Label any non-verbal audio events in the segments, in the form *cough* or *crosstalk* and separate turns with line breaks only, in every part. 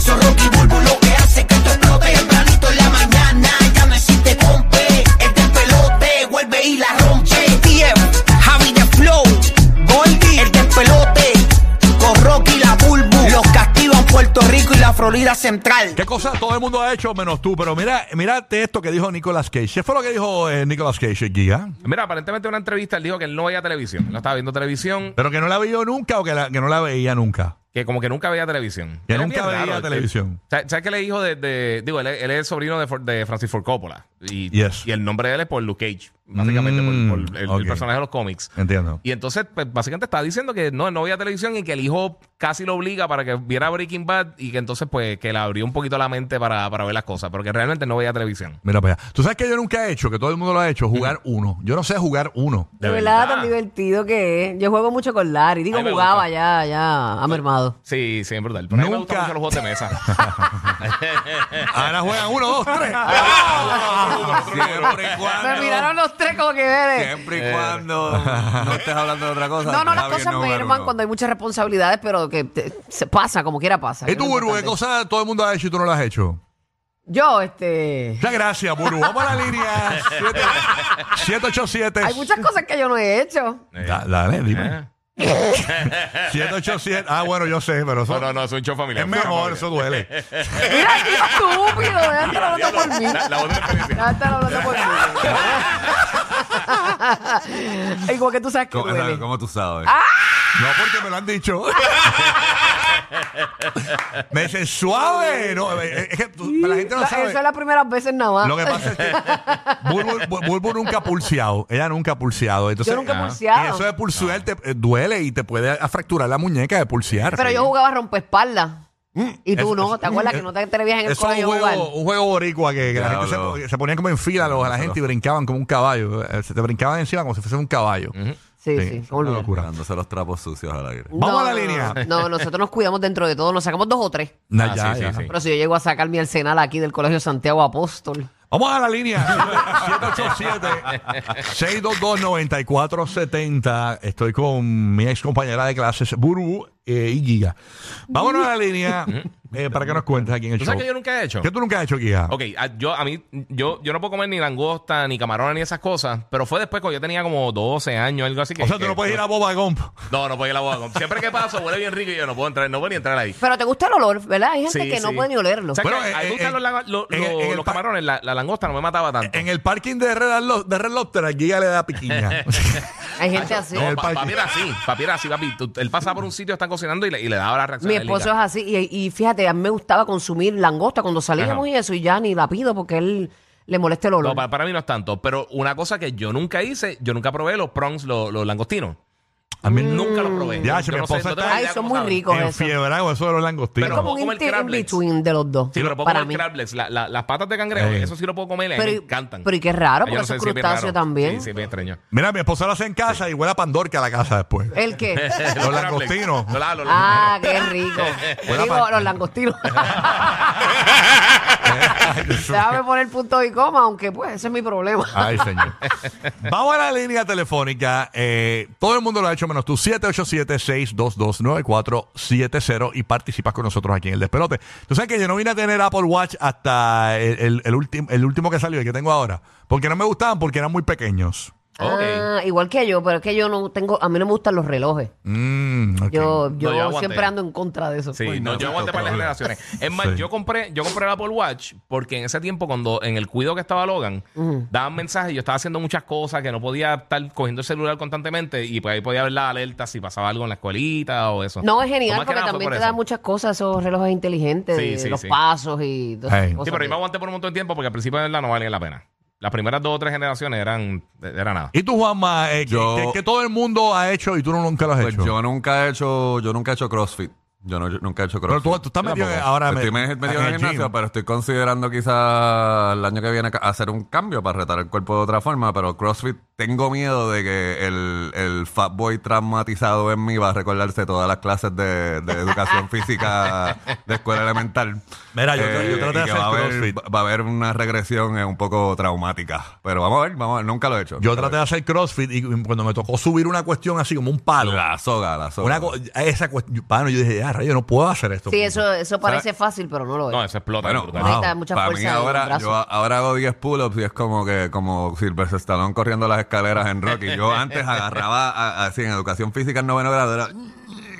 Son Rocky Bulbo lo que hace que esto explote. Tempranito en la mañana ya no existe compe. El despelote vuelve y la rompe. JTF, Javi de Flow, Goldie, el despelote. Con Rocky y la Bulbo. Los castigan Puerto Rico y la Florida Central.
¿Qué cosa todo el mundo ha hecho menos tú? Pero mira, mírate esto que dijo Nicolas Cage. ¿Qué fue lo que dijo eh, Nicolas Cage, Giga?
Mira, aparentemente en una entrevista él dijo que él no veía televisión. Él No estaba viendo televisión,
¿Pero que no la vio nunca o que, la- que no la veía nunca?
que como que nunca veía televisión.
Que
Él es
nunca
bien
veía
raro, él-
televisión.
¿Sabes sabes qué le dijo de, de- digo, él, es- él es sobrino de, For- de Francis Ford Coppola. Y,
Yes.
y el nombre de él es por Luke Cage, básicamente,
Mm,
por, por el, el
ok.
personaje de los cómics.
Entiendo.
Y entonces, pues, básicamente está diciendo que no, no veía televisión y que el hijo casi lo obliga para que viera Breaking Bad y que entonces, pues, que le abrió un poquito la mente para, para ver las cosas, pero que realmente no veía televisión.
Mira para allá. Tú sabes que yo nunca he hecho, que todo el mundo lo ha hecho, jugar uno. Yo no sé jugar uno.
De
De verdad,
verdad.
tan divertido que es. Yo juego mucho con Larry. Digo,
Ay, me
jugaba
gusta.
ya, ya. Ha mermado.
Sí, sí, es brutal. Pero a mí me gustan
Nunca-
mucho los juegos de mesa.
*laughs* Ahora juegan uno, dos, tres.
Siempre y cuando.
Me miraron los tres como que eres.
Siempre y cuando no estés hablando de otra cosa.
No, no, las
está bien
cosas me
jugar
merman
uno.
cuando hay muchas responsabilidades, pero que te- se pasa, como quiera pasa.
¿Y
que es
tú,
lo
Burbu, qué
importante.
cosa todo el mundo ha hecho y tú no lo has hecho?
Yo, este.
Muchas gracias, Burbu. Vamos a la línea
*laughs*
siete- 787.
Hay muchas cosas que yo no he hecho.
Da- dale, dime. *laughs* 787. Ah, bueno, yo sé, pero eso
No, no, no, es un show familiar.
es mejor, eso duele.
Mira, qué estúpido. Déjate la nota por mí.
La, la otra experiencia.
Déjate la nota por mí. Igual que tú sabes que
¿Cómo,
duele. ¡Ah!
¿Cómo tú sabes?
No, porque me lo han dicho. *laughs* me dicen suave. No, eh, es que tú- la gente no
Mm, La-
sabe.
Eso es las primeras veces nada más.
Lo que pasa es
*laughs*
que Bulbu, Bu- Bulbu nunca ha pulseado. Ella nunca ha pulseado. Entonces,
Yo nunca he
Ajá.
pulseado.
Y eso de pulsear te, eh, duele y te puede a- fracturar la muñeca de pulsear.
Pero yo jugaba rompespaldas.
Mm,
Y tú
Eso-
no,
eso-
¿te acuerdas que no te atrevías en el
Eso es
colegio
un
a jugar?
juego, un juego boricua que, que la gente se,
Diablo.
po- se ponía como en fila los- a la gente y brincaban como un caballo. Eh, Se te brincaban encima como si fuese un caballo.
Sí,
Sí,
sí,
eso
olvídate.
locura.
Ah,
Dándose los trapos sucios al aire.
Vamos a la
no,
línea.
No, no, nosotros nos cuidamos dentro de todo, nos sacamos dos o tres.
Nah,
Ah,
ya,
sí,
ya.
sí, sí.
Pero si yo llego a sacar mi arsenal aquí del Colegio Santiago Apóstol.
Vamos a la línea 787-622-9470. Estoy con mi ex compañera de clases, Burbu eh, y Giga. Vámonos a la línea eh, para que nos cuentes aquí en el
¿Tú
show.
sabes que yo nunca he hecho?
¿Qué tú nunca has hecho, Giga?
Ok, a- yo, a mí, yo, yo no puedo comer ni langosta, ni camarones, ni esas cosas, pero fue después cuando yo tenía como 12 años, algo así. Que,
o sea, tú
que-
no puedes ir a Boba Gump.
No, no puedo ir a la boda. Siempre que paso, huele bien rico y yo no puedo entrar, no puedo ni entrar ahí.
Pero te gusta el olor, ¿verdad? Hay gente
Sí,
que no
sí.
puede ni olerlo.
O sea,
Bueno,
que
eh,
a mí me gustan
eh,
los, lago- lo-
en el-
lo-
en el
los
pa-
camarones, la, la langosta no me mataba tanto.
En el parking de Red, Lo- de Red Lobster, a Giga le da
*laughs*
piquiña.
Hay gente así.
en
no,
el
pa-
parque.
papi era así, papi era así, papi. Tú- él pasaba por un sitio, están cocinando y le, y le daba la reacción.
Mi
a él y
esposo
ya.
es así. Y, y fíjate, a mí me gustaba consumir langosta cuando salíamos
Ajá.
y eso. Y ya ni la pido porque él le molesta el olor.
No, pa- para, mí no es tanto. Pero una cosa que yo nunca hice, yo nunca probé los prawns, los, los langostinos.
A mí
Nunca los probé.
Ya,
Yo
si mi
no sé,
esposa
no tengo
está
idea
Ay, son
cómo
muy
saben.
ricos
en
esos. Sí,
fiebre con eso de los langostinos.
es
pero
como
como
un
el
inter- in
crab legs.
between de los dos.
Sí, pero puedo
para
comer
mí.
crab legs, la- la- las patas de cangrejo,
Eh.
eso sí lo puedo comer,
Pero
me
y-
encantan.
pero y qué raro,
Ay,
porque eso es
si bien
crustáceo
raro.
también.
Sí, sí, me
*laughs*
extraño.
Mira, mi esposa lo hace en casa y huele a Pandorca a la casa después. *laughs*
¿El
*laughs*
qué?
Los
crab legs.
langostinos.
Los- los- los-
ah, qué
*laughs*
rico.
Buena
Digo,
parte.
los langostinos. Déjame poner punto y coma, aunque pues ese es mi problema.
Ah,
Ay, señor. Vamos a la línea telefónica. Eh, todo el mundo lo ha hecho menos tú. 787-622-9470 y participas con nosotros aquí en el despelote. Tú sabes que yo no vine a tener Apple Watch hasta el, el- el ultim- el último que salió y que tengo ahora. Porque no me gustaban porque eran muy pequeños.
Ok.
Ah, igual que yo, pero es que yo no tengo, a mí no me gustan los relojes.
Mm, ok.
Yo,
No,
yo,
yo aguanté.
siempre ando en contra de eso.
Sí,
Uy,
no,
no,
yo aguanté
no,
para las
no.
generaciones. Es más,
Sí.
yo compré, yo compré el Apple Watch porque en ese tiempo, cuando en el cuido que estaba Logan, daban mensajes, yo estaba haciendo muchas cosas que no podía estar cogiendo el celular constantemente y pues ahí podía ver las alertas si pasaba algo en la escuelita o eso.
No, es
O
genial
más que
porque
nada fue
también
por
te
eso.
dan muchas cosas esos relojes inteligentes,
Sí,
de
sí,
los
sí.
pasos y todas esas
Hey.
Sí,
cosas
pero yo me
que-
aguanté por un montón de tiempo porque al principio de la no valía la pena. Las primeras dos o tres generaciones eran, era nada.
¿Y tú, Juanma, eh, que-
Yo-
que, que todo el mundo ha hecho y tú no- nunca lo has
Pues
hecho?
yo nunca he hecho, yo nunca he hecho CrossFit. Yo, no- yo nunca he hecho
Pero
CrossFit.
tú, tú estás metido en-
tampoco.
ahora
estoy me- metido en el
gym.
gimnasio, pero estoy considerando quizás el año que viene ca- hacer un cambio para retar el cuerpo de otra forma, pero CrossFit tengo miedo de que el, el fat boy traumatizado en mí va a recordarse todas las clases de, de
*laughs*
educación física de escuela elemental. Eh,
Mira, yo- yo- yo traté de
y que
hacer
va a haber-
CrossFit.
Va a haber una regresión eh, un poco traumática, pero vamos a ver, vamos a ver, nunca lo he hecho.
Yo
nunca lo
traté
he
de hacer CrossFit y cuando me tocó subir una cuestión así como un palo.
hecho. la soga, la soga.
Una co- esa cuestión, yo dije, ah, rayo, yo no puedo hacer esto.
Sí, eso, eso parece fácil, pero no lo es.
No, eso explota.
Bueno,
brutal.
Necesita
wow.
mucha
Para
fuerza
mí
de
ahora,
brazo.
yo a- ahora hago 10 pull-ups y es como que como Silvestre Stallone corriendo las escaleras en Rocky.
*laughs*
Yo antes agarraba a- así en educación física en noveno grado era-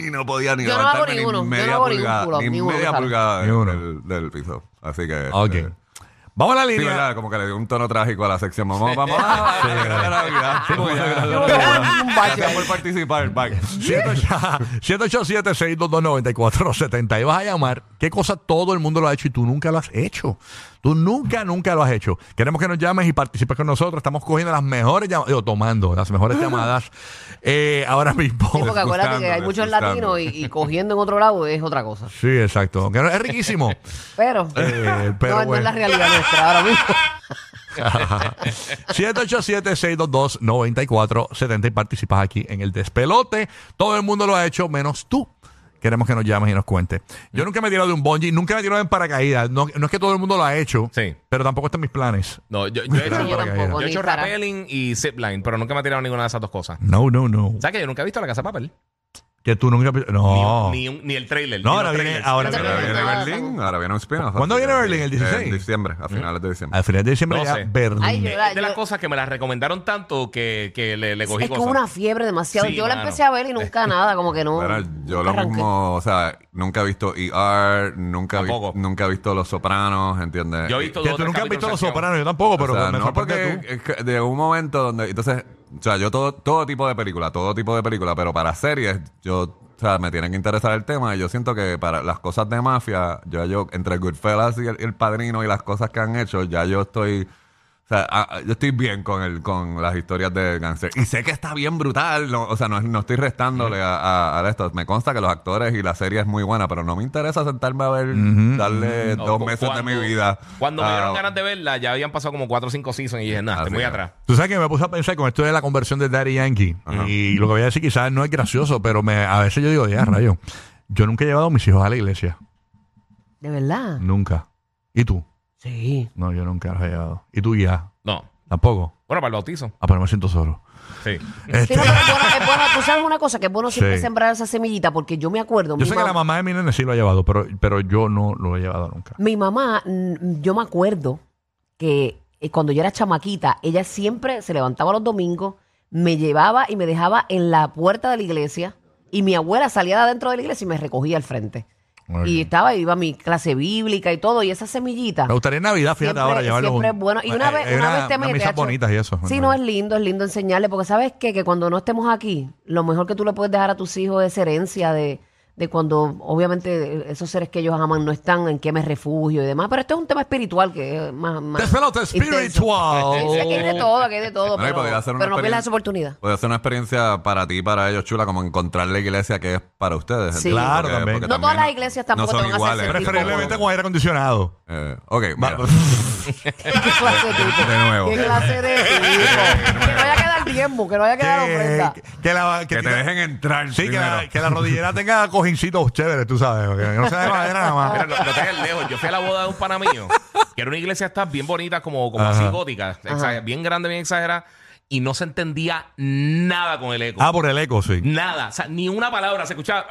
y no podía ni
Yo no hago
levantarme
ninguno, yo
ni
no
media
hago ningún
pulgada,
pull-up,
ni
ninguno,
media
déjalo.
pulgada
Ni uno.
del, del piso. Así que...
Ok.
este,
Vamos a la
Sí,
línea.
¿verdad? Como que le dio un tono trágico a la sección. Vamos, vamos. vamos,
Sí,
vamos,
verdad.
vamos, vamos,
Sí, como que- Yo
vamos, vamos,
creo que
vamos.
hay un bache
Gracias
ahí.
por participar. Bye.
*laughs*
*laughs*
787-622-9470. Y vas a llamar. ¿Qué cosa todo el mundo lo ha hecho y tú nunca lo has hecho? Tú nunca, nunca lo has hecho. Queremos que nos llames y participes con nosotros. Estamos cogiendo las mejores llamadas, digo, tomando las
*laughs*
mejores llamadas eh, ahora mismo.
Sí, porque acuérdate que hay
Disgustando,
muchos
disgustando.
latinos y, y cogiendo en otro lado es otra cosa.
Sí, exacto. Aunque no- es
*laughs*
riquísimo.
*laughs*
Pero,
Eh, pero
no, no es
bueno.
la realidad nuestra ahora mismo.
*laughs* 787-622-9470 y participas aquí en el despelote. Todo el mundo lo ha hecho, menos tú. Queremos que nos llames y nos cuentes. Yo nunca me he tirado de un bungee, nunca me he tirado en paracaídas. No, no es que todo el mundo lo ha hecho,
Sí.
pero tampoco están mis planes.
No, yo, yo he hecho,
Sí, yo
tampoco,
yo he
ni
hecho
para-
rappelling y zipline, pero nunca me he tirado ninguna de esas dos cosas.
No, no, no.
¿Sabes que yo nunca he visto la casa de papel?
Que tú nunca... No.
Ni, un- ni un- ni el trailer.
Oh. No,
ni
ahora
los
viene-
trailers.
ahora
Yo
Ahora
también
viene
estaba-
Berlín, ahora viene un spin-off. eh,
¿Cuándo viene Berlín? ¿El
En
16?
diciembre, a finales de diciembre.
Al final de diciembre
No
ya
sé.
Berlín.
Ay, yo la-
Es de las
yo-
cosas que me las recomendaron tanto que, que le, le cogí
es que
cosas.
una fiebre demasiado.
Sí,
yo la
mano.
empecé a ver y nunca nada, como que no.
Bueno, yo
nunca
lo
arranqué.
mismo, o sea, nunca he visto ER, nunca, vi-
Tampoco.
nunca he visto Los Sopranos, ¿entiendes?
Yo he visto
que
dos
tú
o tres
nunca has visto
capítulos
Los
de acción.
Sopranos, yo tampoco,
O
pero
sea,
me
no porque
sorprende tú.
es que de un momento donde, entonces, o sea, yo todo, todo tipo de película, todo tipo de película, pero para series, yo, o sea, me tiene que interesar el tema y yo siento que para las cosas de mafia, yo, yo entre Goodfellas y el, El Padrino y las cosas que han hecho, ya yo estoy... O sea, a- a- yo estoy bien con el, con las historias de cáncer. Y sé que está bien brutal. no- o sea, no, no estoy restándole a, a- a esto. Me consta que los actores y la serie es muy buena, pero no me interesa sentarme a ver, darle
Mm. No,
dos
cu-
meses de
cuando-
mi vida.
Cuando me
a-
Ah.
dieron ganas de verla, ya habían pasado como cuatro o cinco seasons y dije, nada, estoy
Así
muy
es.
atrás.
Tú sabes que me puse a pensar con esto de la conversión de Daddy Yankee. Y lo que voy a decir quizás no es gracioso, pero me, a veces yo digo, ya, rayo, yo nunca he llevado a mis hijos a la iglesia.
De verdad.
Nunca. ¿Y tú?
Sí.
No, yo nunca los he llevado. ¿Y tú ya?
No.
Tampoco.
Bueno, para el bautizo.
Ah, pero me siento solo.
Sí.
Sí,
Este,
no, pero es bueno, es bueno. Tú sabes una cosa, que es bueno siempre
Sí.
sembrar esa semillita, porque yo me acuerdo.
yo
mi
sé que la
mamá-
mamá de mi nene sí lo ha llevado, pero, pero yo no lo he llevado nunca.
Mi mamá, mm, yo me acuerdo que eh, cuando yo era chamaquita, ella siempre se levantaba los domingos, me llevaba y me dejaba en la puerta de la iglesia y mi abuela salía de adentro de la iglesia y me recogía al frente.
Muy
Y
bien.
estaba, iba a mi clase bíblica y todo, y esa semillita.
Me gustaría en Navidad, fíjate
Siempre,
ahora, llevarlos
siempre
un- Eh,
es bueno. Y una
Hay-
vez,
hay
una vez te
unas
metes.
misas
hacho.
bonitas y eso.
Sí, no, es lindo, es lindo enseñarle, porque sabes qué? que cuando no estemos aquí, lo mejor que tú le puedes dejar a tus hijos es herencia de, de cuando, obviamente, esos seres que ellos aman no están, en qué me refugio y demás. Pero esto es un tema espiritual que es más. más
Despelote
intenso.
espiritual.
Sí, Aquí hay de todo, aquí hay de todo.
No, y
pero
podría ser una
pero no pierdas esa
experiencia-
*laughs*
oportunidad.
Puede ser una experiencia para ti y para ellos chula, como encontrar la iglesia que es para ustedes.
Sí.
¿entiendes?
Claro, también.
No todas las iglesias tampoco
son
te van a hacer
iguales.
sentir *laughs*
Preferiblemente con aire acondicionado.
Eh, ok, mira.
¿Qué clase de tipo?
De nuevo.
¿Qué clase de tipo?
*laughs*
que no haya quedado diezmo, que no haya quedado ofrenda.
que, *laughs* que la,
que te
tira-
dejen entrar
Sí, que la,
primero.
que la rodillera tenga cojincitos chéveres, tú sabes. Que no sea de madera nada más.
Pero lo, lo tengas lejos. Yo fui a la boda de un pana mío, que era una iglesia estas bien bonita, como, como así gótica, exa- bien grande, bien exagerada, y no se entendía nada con el eco.
Ah, por el eco, sí.
Nada, o sea, ni una palabra se escuchaba.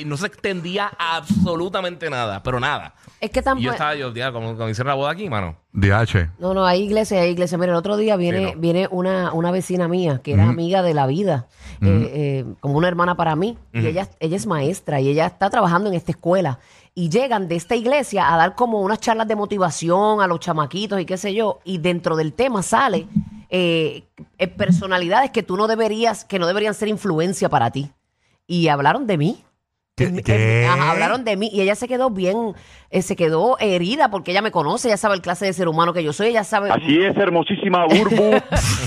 Y no se extendía absolutamente nada, pero nada.
Es que
Y yo
tampoco.
estaba, yo, ya, como, como hicieron la boda aquí, mano.
DH.
No, no, hay iglesias, hay iglesias. Mira, el otro día viene,
Sí, no.
viene una, una vecina mía que era amiga de la vida, eh, eh, como una hermana para mí. Y ella, ella es maestra y ella está trabajando en esta escuela. Y llegan de esta iglesia a dar como unas charlas de motivación a los chamaquitos y qué sé yo. Y dentro del tema sale eh, eh, personalidades que tú no deberías, que no deberían ser influencia para ti. Y hablaron de mí.
¿Qué?
Mm,
¿Qué?
eh, ajá, hablaron de mí y ella se quedó bien, eh, se quedó herida porque ella me conoce, ella sabe el clase de ser humano que yo soy, ella sabe,
Así es, hermosísima Urbu.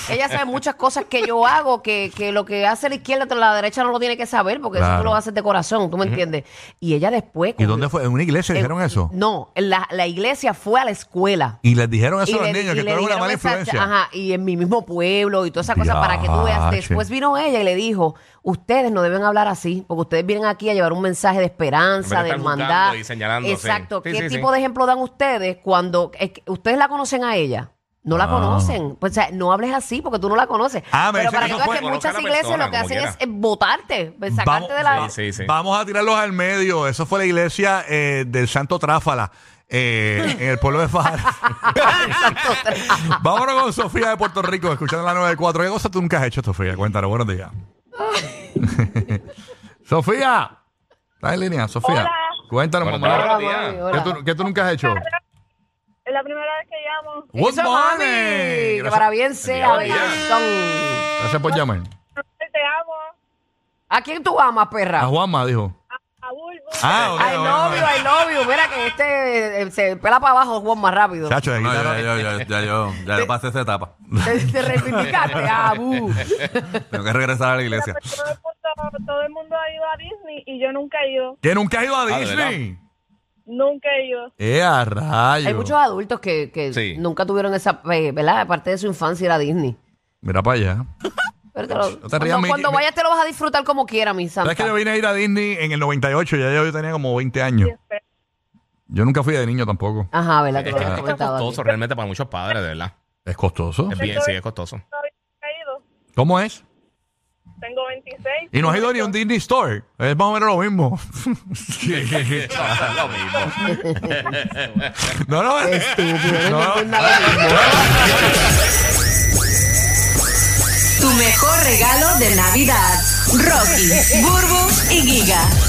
*laughs* ella sabe muchas cosas que yo hago, que, que lo que hace la izquierda, la derecha no lo tiene que saber porque eso
Claro.
tú lo haces de corazón, ¿tú me entiendes? Y ella después...
¿Y dónde fue? ¿En una iglesia
Eh,
dijeron eso?
No, la, la iglesia fue a la escuela.
Y les dijeron eso
Y
a los
le-
niños,
y
que tú
le
eres una
dijeron
mala
esa-
influencia.
Ajá, y en mi mismo pueblo y toda esa cosa para que tú veas.
Diache.
Después vino ella y le dijo, ustedes no deben hablar así, porque ustedes vienen aquí a llevar un mensaje de esperanza,
En vez
de
de estar juzgando
hermandad.
y señalando, sí.
Exacto.
Sí,
¿Qué
sí, sí.
tipo de ejemplo dan ustedes cuando es que ustedes la conocen a ella? No la
Ah.
conocen. Pues, o sea, no hables así porque tú no la conoces.
Ah, me
Pero
dicen
para
que
que
eso
tú veas
fue-
que
conozca a
muchas
la
iglesias
persona,
lo que
como
hacen
quiera.
es eh, votarte, pues, sacarte de la...
vamos,
Sí, sí, sí.
vamos a tirarlos al medio. Eso fue la iglesia eh, del Santo Tráfala eh, en el pueblo de
*laughs*
Fajardo. Vámonos con Sofía de Puerto Rico, escuchando la 94. ¿Qué cosa tú nunca has hecho, Sofía? Cuéntanos, buenos
*laughs*
días. Sofía, ¿estás en línea? Sofía, cuéntanos,
Bueno,
mamá.
hola,
Hola, mami,
tía.
hola.
¿Qué tú, qué tú nunca has hecho?
Es la primera vez que llamo.
Good
Eso, mami,
morning.
Que para bien sea,
Buen día.
Bellazón.
Gracias por llamar.
Te amo.
¿A quién tú amas, perra?
A Juanma dijo.
A Bulbo.
Ah, ok,
I
ok,
love
ok.
you, I love you. Mira que este eh, se pela para abajo Juan más rápido.
Chacho, de
No,
guitarra-
ya, ya, ya, ya, yo, ya yo pasé esa etapa. *laughs*
Te,
*laughs*
te reivindicaste, abu.
Tengo que regresar a la iglesia.
Pero pues, Todo el, mundo, todo el mundo ha ido a Disney y yo nunca he ido.
¿Que nunca has ido a
Ah, ¿de verdad?
Disney?
Nunca he ido.
¡Eh, a rayos!
Hay muchos adultos que, que
Sí.
nunca tuvieron esa, eh, ¿verdad? Aparte de su infancia era Disney.
Mira para allá.
Pero te
No
lo-
te rías,
cuando,
Mickey,
cuando
Mickey.
vayas te lo vas a disfrutar como quiera, mi santa.
¿Sabes que yo vine a ir a Disney en el 98? Ya yo tenía como 20 años. Yo nunca fui de niño tampoco.
Ajá, ¿verdad? Tú
Es
lo
que
habías
es
comentado aquí.
costoso realmente para muchos padres, de verdad.
¿Es costoso?
Es bien, sí, es costoso.
Todavía nunca he ido.
¿Cómo es?
Tengo 26.
Y no has ido ni a un Disney Store. Es más o menos lo *laughs* mismo.
Lo mismo.
no, no,
Qué
es...
estúpido, no
No.
entiendo nada.
Tu mejor regalo de Navidad. Rocky, Burbu y Giga.